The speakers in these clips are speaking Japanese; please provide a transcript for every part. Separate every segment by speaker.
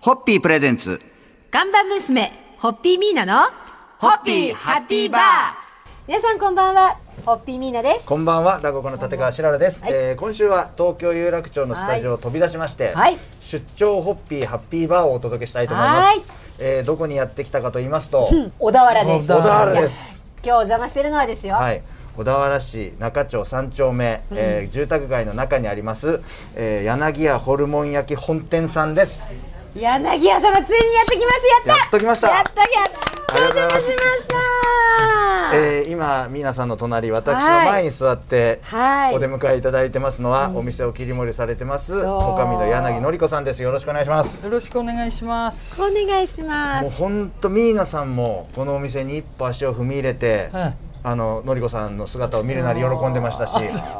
Speaker 1: ホッピープレゼンツ。
Speaker 2: ガンバ娘、ホッピーミーナの、
Speaker 1: ホッピーハッピーバー
Speaker 2: 皆さんこんばんは、ホッピーミーナです。
Speaker 3: こんばんは、落語家の立川しららです。
Speaker 2: はい
Speaker 3: えー今週は東京有楽町のスタジオを飛び出しまして、
Speaker 2: はい
Speaker 3: 出張ホッピーハッピーバーをお届けしたいと思います。
Speaker 2: はい
Speaker 3: えーどこにやってきたかと言いますと、
Speaker 2: 小田原です。
Speaker 3: 小田原です。
Speaker 2: 今日お邪魔してるのはですよ。
Speaker 3: はい。小田原市中町三丁目、えー住宅街の中にあります、えー柳屋ホルモン焼き本店さんです。
Speaker 2: 柳屋様、ついにやってきました。やった
Speaker 3: やっと来ました
Speaker 2: やったやった。お
Speaker 3: ありがとうござ
Speaker 2: 邪
Speaker 3: い
Speaker 2: 魔
Speaker 3: ま
Speaker 2: し
Speaker 3: す
Speaker 2: ました。
Speaker 3: えー今皆さんの隣私の前に座って、
Speaker 2: はい
Speaker 3: お出迎えいただいてますのは、お店を切り盛りされてます
Speaker 2: そう
Speaker 3: 女将の柳のり子さんですよろしくお願いします
Speaker 4: よろしくお願いします。
Speaker 2: お願いしま
Speaker 3: もう
Speaker 2: す。
Speaker 3: 本当ミーナさんもこのお店に一歩足を踏み入れて、
Speaker 4: はい
Speaker 3: あののりこさんの姿を見るなり喜んでましたし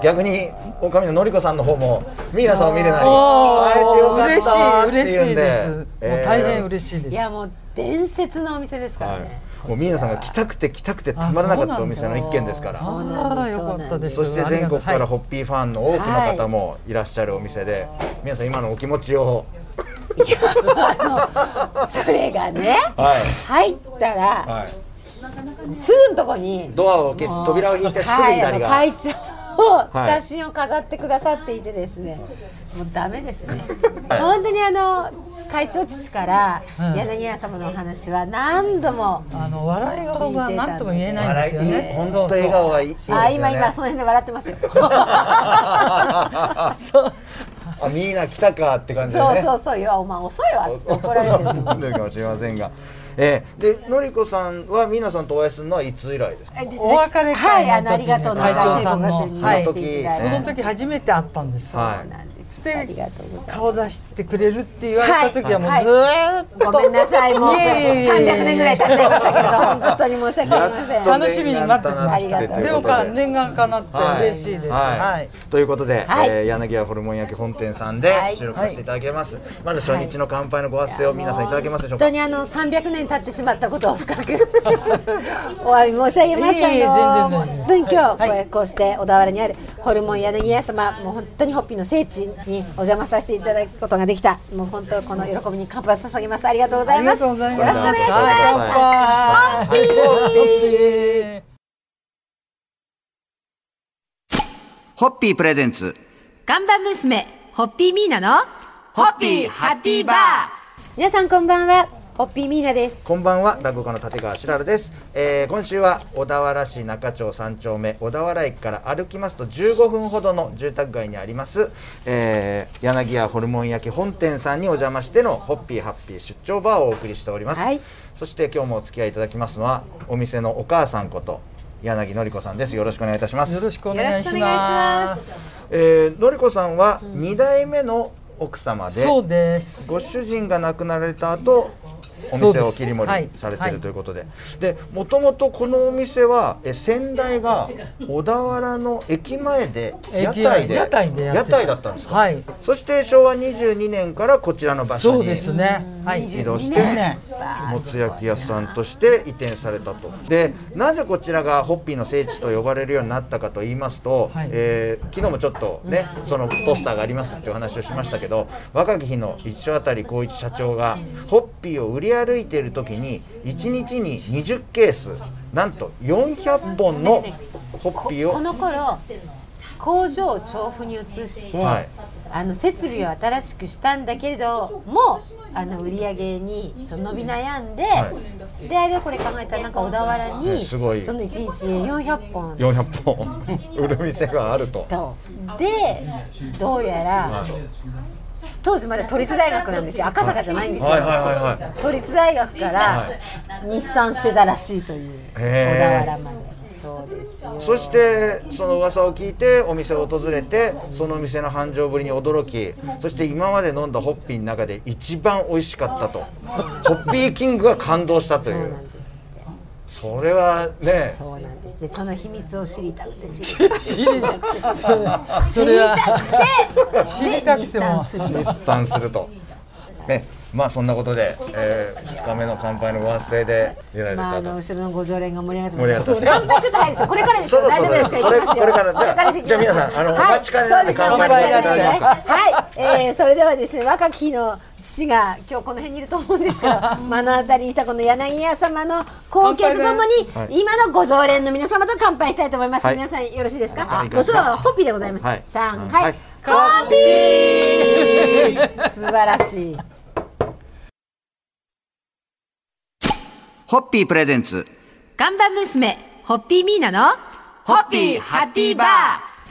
Speaker 3: 逆におかみののりこさんの方もミーナさんを見るなり会えてよかったわーって
Speaker 4: 嬉し
Speaker 3: いう
Speaker 4: い、嬉し
Speaker 3: ん
Speaker 4: い
Speaker 3: で
Speaker 4: です。もう大変
Speaker 3: しい、
Speaker 4: 嬉しいで
Speaker 2: い
Speaker 4: す。
Speaker 2: や、もう伝説のお店ですからね。
Speaker 3: はいもうミーナさんが来たくて来たくてたまらなかったお店の一軒ですから
Speaker 2: う
Speaker 4: ああ、よかったです。
Speaker 3: そして全国からホ
Speaker 4: は
Speaker 3: ッピーファンの多くの方もいらっしゃるお店で、皆さん今のお気持ちを、
Speaker 2: それがね、
Speaker 3: はい
Speaker 2: 入ったら、
Speaker 3: はい、
Speaker 2: すぐのとこに。
Speaker 3: ドアを開け扉を引いてすぐ
Speaker 2: はい、あ
Speaker 3: 左
Speaker 2: の
Speaker 3: が、
Speaker 2: 会長を
Speaker 3: はい
Speaker 2: 写真を飾ってくださっていてですね、もうダメですね、
Speaker 3: はい
Speaker 2: 本当にあの会長父から
Speaker 4: うん
Speaker 2: 柳家様のお話は何度も、
Speaker 4: い。あの笑い顔が何とも言えないんですよ
Speaker 3: 笑いい
Speaker 4: ね
Speaker 3: い。本当笑顔がいいですよね。
Speaker 2: あ今 今その辺で笑ってますよ
Speaker 4: そう。
Speaker 3: あみんな来たかって感じで
Speaker 2: そう
Speaker 3: ね。
Speaker 2: そうそういやお前遅いわっつって怒られ てると思う
Speaker 3: るかもしれませんが。えー、でのりこさんはみなさんとお会いするのはいつ以来ですか。
Speaker 2: え実
Speaker 4: お別れ会の時に
Speaker 2: はいあのありがとうの
Speaker 3: 会長
Speaker 4: さんの
Speaker 2: ご家庭にしていただいて
Speaker 4: その時初めて会ったんです。
Speaker 3: は
Speaker 2: そうなんです
Speaker 4: して
Speaker 2: ありがとうございます
Speaker 4: 顔出してくれるって言われた時はもうずーっと
Speaker 2: ごめんなさいもう
Speaker 4: いえいえいえ
Speaker 2: 300年ぐらい経っちゃいましたけれど本当に申し訳ありません
Speaker 3: やっと
Speaker 4: 楽しみに待ってまし
Speaker 2: あ
Speaker 4: た。
Speaker 2: りがとう
Speaker 4: でも
Speaker 2: ござ
Speaker 4: か
Speaker 3: います
Speaker 4: 念願かなって嬉しいです。はい。
Speaker 3: ということで、
Speaker 2: はい
Speaker 3: えー柳屋ホルモン焼き本店さんで
Speaker 2: はい
Speaker 3: 収録させていただきます。まず初日の乾杯のご発声を皆さんいただけますでしょう
Speaker 2: 本
Speaker 3: か。
Speaker 2: 当にあの300年経ってしまったことを深く お詫び申し上げます。
Speaker 4: いえいえ
Speaker 2: あの本
Speaker 4: 全然大丈夫
Speaker 2: 当に今日こ
Speaker 4: は
Speaker 2: うこうして小田原にあるホルモン柳屋様もう本当にホッピーの聖地にお邪魔させていただくことができたもう本当この喜びに乾杯を捧げます。ありがとうございます。
Speaker 4: ありがとうございます
Speaker 2: よろしくお願いし
Speaker 3: ありがとう
Speaker 2: ま
Speaker 3: ございます
Speaker 2: す。
Speaker 4: 乾杯。
Speaker 3: はいホッピープレゼンツ。
Speaker 2: ガンバ娘、ホッピーミーナの、
Speaker 3: ホッピーハッピーバー
Speaker 2: 皆さんこんばんは、ホッピーミーナです。
Speaker 3: こんばんは、落語家の立川しらるです、えー今週は小田原市中町三丁目、小田原駅から歩きますと15分ほどの住宅街にあります、えー柳屋ホルモン焼き本店さんにお邪魔してのホッピーハッピー出張バーをお送りしております。
Speaker 2: はい
Speaker 3: そして今日もお付き合いいただきますのは、お店のお母さんこと、柳のり子さんです。よろしくお願いいたします。
Speaker 4: よろしくお
Speaker 2: よろ
Speaker 4: 願
Speaker 2: し
Speaker 4: い
Speaker 2: く
Speaker 4: し
Speaker 2: お願いしま
Speaker 4: ますす。。
Speaker 3: えーのり子さんは2代目の奥様で、
Speaker 4: そうです。
Speaker 3: ご主人が亡くなられた後お
Speaker 4: そう
Speaker 3: 店
Speaker 4: で
Speaker 3: を
Speaker 4: す
Speaker 3: 切り盛りされてい
Speaker 4: は
Speaker 3: る
Speaker 4: い
Speaker 3: ということで、でもともとこのお店はえ先代が小田原の駅前で屋台で
Speaker 4: 屋台でやって
Speaker 3: 屋台だったんですか、
Speaker 4: はい。
Speaker 3: そして昭和22年からこちらの場所
Speaker 4: そ
Speaker 3: に
Speaker 4: うですね。はい。
Speaker 3: 移動して
Speaker 4: 22年
Speaker 3: もつ焼き屋さんとして移転されたとでなぜこちらがホッピーの聖地と呼ばれるようになったかと言いますと、
Speaker 4: はい
Speaker 3: えー昨日もちょっとねそのポスターがありますっていう話をしましたけど若き日の一所辺り光一社長がホッピーを売り歩いている時に1日に20ケースなんと400本のホッピー
Speaker 2: こ
Speaker 3: を
Speaker 2: の頃工場を調布に移して、
Speaker 3: はい
Speaker 2: あの設備を新しくしたんだけれどもあの売り上げにその伸び悩んで、であれこれ考えたらなんか小田原に、
Speaker 3: ねすごい
Speaker 2: その1日400本
Speaker 3: 400本 売る店があると。
Speaker 2: とでどうやら当時まだ都立大学なんですよ赤坂じゃないんですよ、
Speaker 3: はいはいはいはい
Speaker 2: 都立大学から
Speaker 3: は
Speaker 2: 日産してたらしいという小田
Speaker 3: へー
Speaker 2: 原までそうですよ
Speaker 3: そしてその噂を聞いてお店を訪れてそのお店の繁盛ぶりに驚きそして今まで飲んだホッピーの中で一番美味しかったとホッピーキングが感動したとい
Speaker 2: そう
Speaker 3: う
Speaker 2: なんですって
Speaker 3: それはね
Speaker 2: そうなんですね。その秘密を知りたくて知りたくて知
Speaker 4: 知り
Speaker 2: り たくて
Speaker 4: それは
Speaker 2: 知りたくて
Speaker 4: 知りたくて
Speaker 2: で
Speaker 4: も
Speaker 2: 日産すると
Speaker 3: 絶賛すると。ね、まあそんなことで、え2日目の乾杯のご発声で出られ
Speaker 2: まあ、あ
Speaker 3: た
Speaker 2: の
Speaker 3: と。
Speaker 2: 後ろのご常連が盛り上
Speaker 3: 盛り
Speaker 2: が
Speaker 3: 上
Speaker 2: って
Speaker 3: が
Speaker 2: ま
Speaker 3: っ
Speaker 2: す
Speaker 3: てます
Speaker 2: 乾杯ちょっと早いですよこれからです
Speaker 3: そ
Speaker 2: よ
Speaker 3: ろそろ
Speaker 2: 大丈夫です
Speaker 3: これ
Speaker 2: よ行きますよ
Speaker 3: これからじゃあ
Speaker 2: これからです
Speaker 3: じゃあ皆さんあの
Speaker 2: はい
Speaker 3: お待ちかねなんで乾杯
Speaker 2: そうす
Speaker 4: していただきま
Speaker 2: お待
Speaker 4: す
Speaker 2: ちかねはい、えーそれではですね若き日の父が今日この辺にいると思うんですけど目の当たりにしたこの柳家様の光景ととも
Speaker 3: 乾杯で
Speaker 2: に今のご常連の皆様と乾杯したいと思います、
Speaker 3: はい
Speaker 2: 皆さんよろしいですか
Speaker 3: はい
Speaker 2: ご唱和はホッピーでございます、
Speaker 3: はい
Speaker 2: 三
Speaker 3: は
Speaker 2: はいい、ホッピー素晴らしい
Speaker 1: ホッピープレゼンツ。
Speaker 5: ガンバ娘、ホッピーミーナの、
Speaker 1: ホッピーハッピーバー。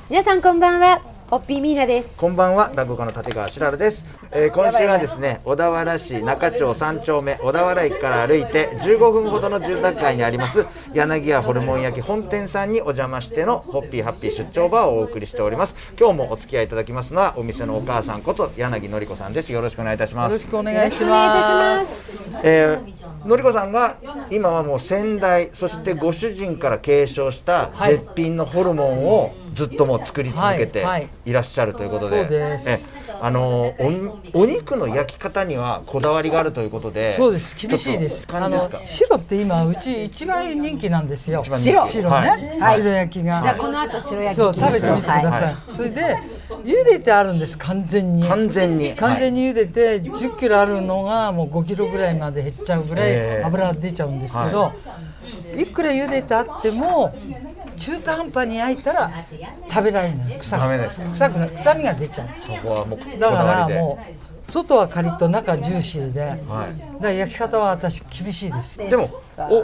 Speaker 2: 皆さんこんばんはホッピーミーナです
Speaker 3: こんばんは、落語家の立川しらるです。えー今週はですね、小田原市中町三丁目、小田原駅から歩いて15分ほどの住宅街にあります、柳屋ホルモン焼き本店さんにお邪魔してのホッピーハッピー出張バーをお送りしております。今日もお付き合いいただきますのは、お店のお母さんこと柳のりこさんです。よろしくお願いいたしま
Speaker 4: よろ
Speaker 3: す
Speaker 4: し。くお
Speaker 2: よ
Speaker 4: 願
Speaker 2: ろ
Speaker 4: い
Speaker 2: し
Speaker 4: し
Speaker 2: くお願いいたし
Speaker 4: ま。
Speaker 2: ますす
Speaker 3: えーのりこさんが今はもう先代そしてご主人から継承した
Speaker 4: はい
Speaker 3: 絶品のホルモンをずっともう作り続けて
Speaker 4: はいはい
Speaker 3: いらっしゃるということで,、
Speaker 4: そうです
Speaker 3: えあのーおお肉の焼き方にはこだわりがあるということで
Speaker 4: そうです厳しいです
Speaker 3: ちょっとお感じですか
Speaker 4: あの白って今うち一番人気なんですよ
Speaker 3: 番人気
Speaker 4: 白ね、
Speaker 3: はい
Speaker 4: 白焼きが
Speaker 2: じゃあこの後白焼き
Speaker 4: そ
Speaker 2: 行
Speaker 4: う
Speaker 2: き
Speaker 4: 食
Speaker 2: ま
Speaker 4: べ
Speaker 2: してょう
Speaker 4: みてくだ
Speaker 2: はい
Speaker 4: さい、それで茹でてあるんです完全に
Speaker 3: 完全に
Speaker 4: 完全
Speaker 3: に、
Speaker 4: に茹でて10キロあるのがもう5キロぐらいまで減っちゃうぐら
Speaker 3: え
Speaker 4: い
Speaker 3: え
Speaker 4: 油が出ちゃうんですけど、い、くら茹でてあっても中途半端に焼いたら食べられない臭く
Speaker 3: ダメ
Speaker 4: な
Speaker 3: ですか
Speaker 4: 臭くな臭みが出ちゃうんです
Speaker 3: はいここはもうこだ
Speaker 4: だか
Speaker 3: わ
Speaker 4: ら
Speaker 3: りで
Speaker 4: もう外はカリッと中ジューシーで、
Speaker 3: はい
Speaker 4: だから焼き方は私厳しいです
Speaker 3: でも
Speaker 2: さ
Speaker 3: お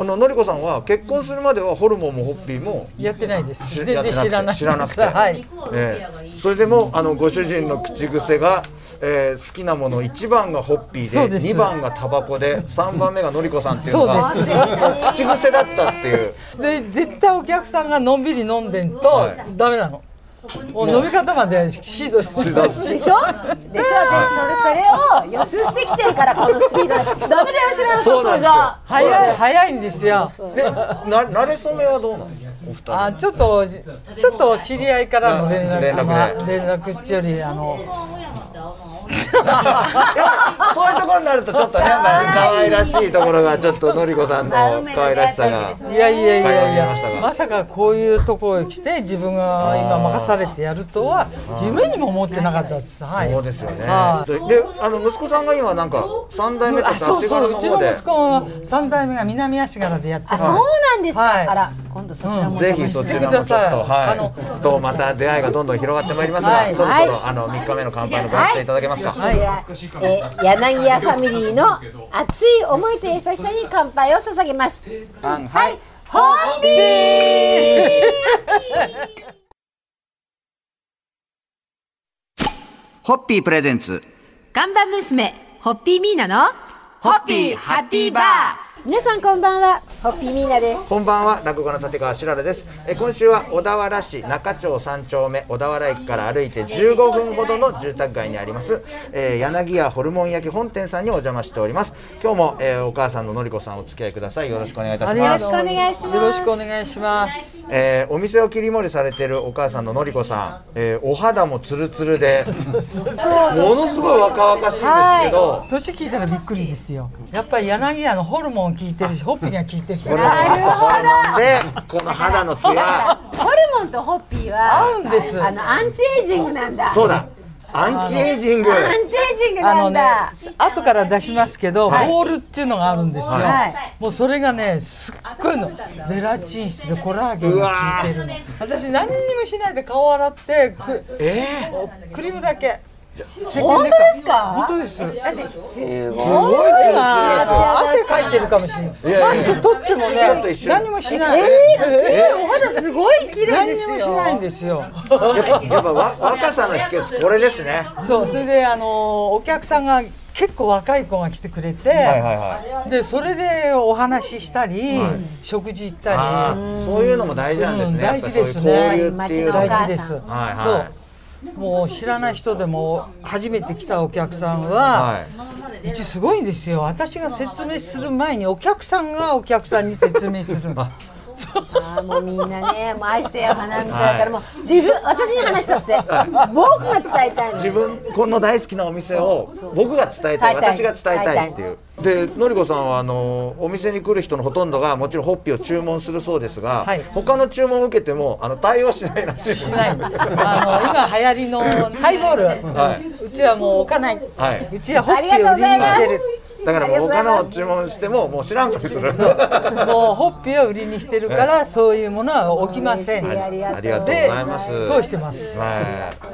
Speaker 3: あののりこさんは結婚するまではホルモンもホッピーも
Speaker 4: やってないです
Speaker 3: し
Speaker 4: 全然
Speaker 3: やっ
Speaker 4: 知らない
Speaker 3: てな
Speaker 4: で
Speaker 3: くて
Speaker 4: す
Speaker 3: 知らなくて
Speaker 4: はい
Speaker 3: ええそれでもあのご主人の口癖が、えー好きなもの1番がホッピ
Speaker 4: そ
Speaker 3: ー
Speaker 4: う
Speaker 3: で
Speaker 4: です
Speaker 3: 2番がタバコで3番目がのりこさんっていうのが
Speaker 4: そうです
Speaker 3: 口癖だったっていう
Speaker 4: で絶対お客さんがのんびり飲んでんと、
Speaker 3: はい
Speaker 4: ダメなのもう飲み方までシードして
Speaker 3: 指導
Speaker 4: る
Speaker 2: でしょでしょ私それそれを予習してきてるからこのスピードでダメだよ後
Speaker 3: そう
Speaker 2: ろの人
Speaker 3: なん
Speaker 2: そ
Speaker 3: で
Speaker 2: れ
Speaker 3: す
Speaker 2: じ
Speaker 3: よ
Speaker 2: ゃあ
Speaker 4: 早い早いんですよ
Speaker 3: でな慣れ初めはどうなのお二人
Speaker 4: あちょっとちょっと知り合いからの連絡
Speaker 3: 連絡で
Speaker 4: まあ連絡っちよりあの
Speaker 3: やっぱそういうところになるとちょっとねなんか可愛らしいところがちょっとのりこさんの可愛らしさが
Speaker 4: いやいやいやい
Speaker 3: はいわかりましたが
Speaker 4: やまさかこういうとこへ来て自分が今任されてやるとは夢にも思ってなかったですはい
Speaker 3: そうですよねで
Speaker 4: はい
Speaker 3: あの息子さんが今なんか3代目と
Speaker 4: あそう
Speaker 3: 足
Speaker 4: そ
Speaker 3: 柄
Speaker 4: う
Speaker 3: の
Speaker 4: うちの
Speaker 3: 方で
Speaker 4: 息子は三代目が南足柄でやって
Speaker 2: あ
Speaker 4: る
Speaker 2: そうなんです
Speaker 4: はい
Speaker 2: かあら今度そちらもお
Speaker 3: ぜ
Speaker 2: 邪魔
Speaker 3: ひ
Speaker 2: し
Speaker 3: そち
Speaker 2: て
Speaker 3: らもちょっと、
Speaker 4: はい
Speaker 3: はい、とまた出会いがどんどん広がってまいりますが、
Speaker 4: はい
Speaker 3: そろそろ、あの3日目の乾杯のご発声いただけますか。
Speaker 2: ではえー柳家ファミリーの熱い思いと優しさに乾杯を捧げます
Speaker 3: 三はい、
Speaker 2: ホッピー
Speaker 1: ホッピープレゼンツ。
Speaker 5: ガンバ娘、ホッピーミーナの、
Speaker 1: ホッピーハッピーバー。
Speaker 2: 皆さんこんばんはホッピーミーナです
Speaker 3: こんばんは落語家の立川しららですえ今週は小田原市中町三丁目小田原駅から歩いて15分ほどの住宅街にあります、えー柳屋ホルモン焼き本店さんにお邪魔しております今日も、えーお母さんののりこさんお付き合いくださいよろしくお願いいたし
Speaker 4: あ
Speaker 3: ま
Speaker 4: り
Speaker 3: す
Speaker 4: がとう
Speaker 2: よろしくお願いします
Speaker 4: よろしくお願いします。
Speaker 3: えーお店を切り盛りされているお母さんののりこさん、えーお肌もツルツルでものすごい若々しいんですけど、
Speaker 4: 年聞いたらびっくりですよ。やっぱり柳屋のホルモン効いてるし、ホッピーが効いてるし。
Speaker 3: これも
Speaker 4: 合
Speaker 3: やっぱホルモンでこの肌のツヤ
Speaker 2: ホルモンとホッピーは
Speaker 4: うんです。
Speaker 2: あ
Speaker 4: あ
Speaker 2: のアンチエイジングなんだ
Speaker 3: そうだアンチエイジング
Speaker 2: アンチエイジングな
Speaker 4: の
Speaker 2: ん
Speaker 4: ね
Speaker 2: だ、
Speaker 4: 後から出しますけど、
Speaker 3: はい
Speaker 4: ボールっていうのがあるんですよ。
Speaker 2: はい
Speaker 4: もうそれがね、すっごいの。ゼラチン質でコラーゲンが効いてるの。私何にもしないで顔洗って、く
Speaker 3: えー
Speaker 4: クリームだけ。
Speaker 2: 本当です
Speaker 4: 本
Speaker 2: か
Speaker 4: 当です。す
Speaker 2: だってすごい
Speaker 4: ごいな。汗かいてるかもしれない。
Speaker 3: いやいや
Speaker 4: マスク取ってもね
Speaker 3: ちょっと一、瞬
Speaker 4: 何もしない。
Speaker 2: お肌すごい綺麗
Speaker 4: 何
Speaker 2: で
Speaker 4: に
Speaker 2: す
Speaker 4: もし
Speaker 2: よ
Speaker 4: ないんですよ。
Speaker 3: やっぱやっぱわ若さの秘訣これですね
Speaker 4: そう、それであのーお客さんが結構若い子が来てくれて、
Speaker 3: はい
Speaker 4: でそれでお話ししたり、食事行った
Speaker 3: あ
Speaker 4: り、
Speaker 3: ーそういうのも大事なんですね、
Speaker 4: うん
Speaker 3: やっぱそういう
Speaker 4: 大事ですね
Speaker 3: 交流っていうの
Speaker 2: お街母
Speaker 4: 大
Speaker 2: さ
Speaker 4: 事
Speaker 2: ん
Speaker 4: です。
Speaker 3: はいは
Speaker 4: そう。もう知らない人でも初めて来たお客さん
Speaker 3: は
Speaker 4: は、
Speaker 3: いう
Speaker 4: ちすごいんですよ私が説明する前にお客さんがお客さんに説明する
Speaker 3: あ
Speaker 2: ああもうみんなねもう愛してや花見さんだからもう自分私に話させて僕が伝えたいの
Speaker 3: 自分この大好きなお店を僕が伝えたい
Speaker 2: 伝えたい
Speaker 3: 私が伝えたいっていうでのりこさんはあのお店に来る人のほとんどがもちろんホッピーを注文するそうですが、
Speaker 4: はい
Speaker 3: 他の注文を受けてもあの対応しないらしいです
Speaker 4: し ないあの今流行りのハイボール、
Speaker 3: は
Speaker 4: うちはもう置かない、
Speaker 3: はいう
Speaker 4: ちはホッピーを売りにしてる
Speaker 3: だからもう他
Speaker 2: ありがとうございます
Speaker 3: のを注文してももう知らんことにする
Speaker 4: もうホッピーを売りにしてるからそういうものは置きません
Speaker 2: 嬉しいあ
Speaker 4: で
Speaker 2: りが
Speaker 3: ありがと
Speaker 2: とう
Speaker 3: うございます
Speaker 4: 通してます
Speaker 3: はい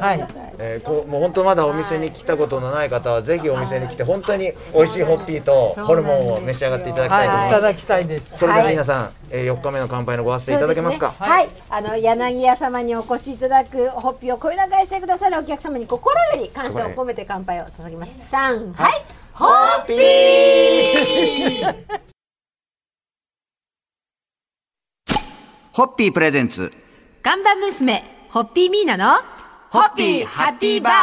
Speaker 4: はい
Speaker 3: えーこうもう本当まだお店に来たことのない方はぜひお店に来て本当に美味しいホッピーとホルモンを召し上がっていただきたいと思
Speaker 4: はいいい
Speaker 3: ま
Speaker 4: た
Speaker 3: す
Speaker 4: だきたいです
Speaker 3: それでは皆さん、え4日目の乾杯のご発声いただけますか
Speaker 2: そうですねはい、あの柳家様にお越しいただくホッピーをこよなく愛してくださるお客様に心より感謝を込めて乾杯を捧げます。さんはい、ホッピー。
Speaker 1: ホッピープレゼンツ
Speaker 5: ガンバ娘、ホッピーミーナの
Speaker 1: ホッピーハッピーバー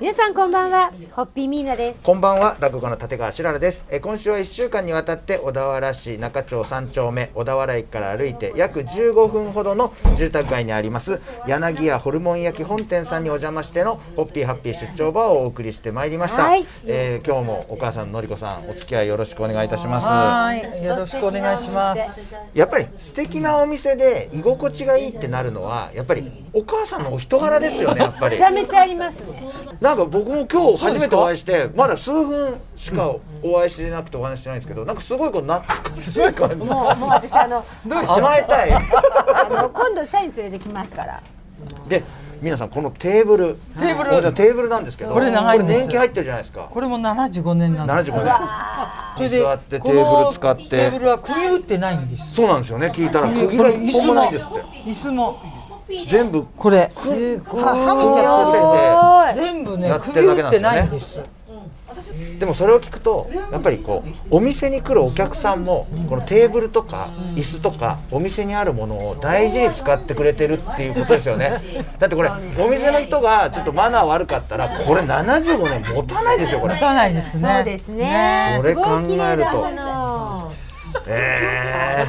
Speaker 2: 皆さんこんばんは、ホッピーミーナです。
Speaker 3: こんばんは落語家の立川しららですえー今週は1週間にわたって小田原市中町3丁目小田原駅から歩いて約15分ほどの住宅街にあります柳屋ホルモン焼き本店さんにお邪魔してのホッピーハッピー出張バーをお送りしてまいりました、
Speaker 2: はい
Speaker 3: えー今日もお母さんのりこさんお付き合いよろしくお願いいたします
Speaker 4: はいよろしくお願いします
Speaker 3: やっぱり素敵なお店で居心地がいいってなるのはやっぱりお母さんのお人柄ですよねや っぱ
Speaker 2: め
Speaker 3: り
Speaker 2: ちゃめちゃありますね。
Speaker 3: なんか僕も今日初めてお会いしてまだ数分しかお会いしてなくてお話ししてないんですけどなんかすごいこう懐かしい感じ
Speaker 2: もうもう私 あの
Speaker 4: どうしよう
Speaker 3: 甘えた い
Speaker 2: あの今度社員連れてきますから。
Speaker 3: で皆さんこのテーブル
Speaker 4: テーブル
Speaker 3: こちらテーブルなんですけど
Speaker 4: これ長いんです
Speaker 3: これ年季入ってるじゃないですか
Speaker 4: これも75年なんです
Speaker 3: 75年
Speaker 4: それで
Speaker 3: 座ってテーブル使って
Speaker 4: このテーブルは釘打ってないんです
Speaker 3: そうなんですよね聞いたら
Speaker 4: こ
Speaker 3: 釘
Speaker 4: の
Speaker 3: が
Speaker 4: 椅
Speaker 3: 一本
Speaker 4: 子
Speaker 3: も
Speaker 4: も
Speaker 3: ないんですって
Speaker 4: 椅子も
Speaker 3: 全部
Speaker 4: これ
Speaker 3: すごい
Speaker 4: は
Speaker 2: は
Speaker 4: はみ出て全部ね
Speaker 3: やって
Speaker 4: 釘
Speaker 3: るだけ
Speaker 4: 打
Speaker 3: な
Speaker 4: っ
Speaker 3: んで
Speaker 4: て
Speaker 3: すよね
Speaker 4: ないんです
Speaker 3: でもそれを聞くとやっぱりこうお店に来るお客さんもこのテーブルとか椅子とかお店にあるものを大事に使ってくれてるっていうことですよねだってこれお店の人がちょっとマナー悪かったらこれ75年持たないですよこ
Speaker 4: 打
Speaker 3: れ
Speaker 4: たないですね
Speaker 2: そうですね。
Speaker 3: それ
Speaker 2: すごい綺麗だ
Speaker 3: 考え
Speaker 2: そ
Speaker 3: ると
Speaker 2: の。
Speaker 3: え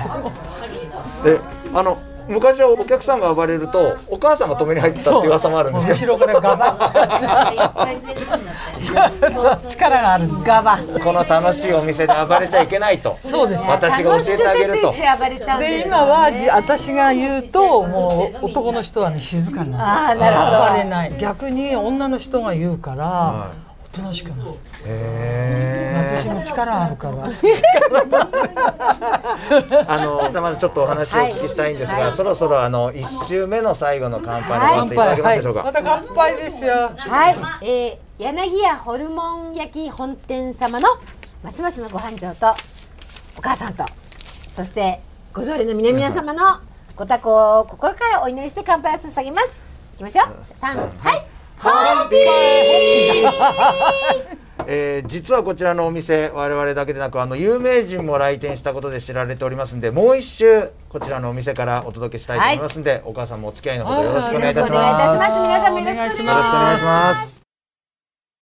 Speaker 3: ーであの昔はお客さんが暴れるとお母さんが止めに入ってたっていう噂もあるんですけど
Speaker 4: 後ろからガバッち ゃっちゃそう力があるんだ
Speaker 2: ガバ。
Speaker 3: この楽しいお店で暴れちゃいけないと
Speaker 4: そうです
Speaker 3: 私が教えてあげると
Speaker 2: 楽しくてついつい暴れちゃうんですよ
Speaker 4: で今はじ私が言うともう男の人はね静かになる
Speaker 2: ああなるほど。
Speaker 4: 暴れない逆に女の人が言うから、おとなしくなる
Speaker 3: へー
Speaker 4: 私も力あるから
Speaker 3: あのまだちょっとお話をお聞きしたいんですが、そろそろあの一週目の最後の乾杯のお
Speaker 4: 乾
Speaker 3: 話いただ
Speaker 4: 杯
Speaker 3: けますでしょうか。
Speaker 4: また乾杯ですよ
Speaker 2: はい、えー、柳屋ホルモン焼き本店様のますますのご繁盛とお母さんとそしてご常連の皆々様のご多幸を心からお祈りして乾杯を捧げますいきますよ三はいホッピ
Speaker 3: えー実はこちらのお店我々だけでなくあの有名人も来店したことで知られておりますんでもう一周こちらのお店からお届けしたいと思いますんで、お母さんもお付き合いのほどよろしくお願いいたします。
Speaker 2: お願いいたします皆さんもよろしくお願いします
Speaker 3: よろしくお願いします。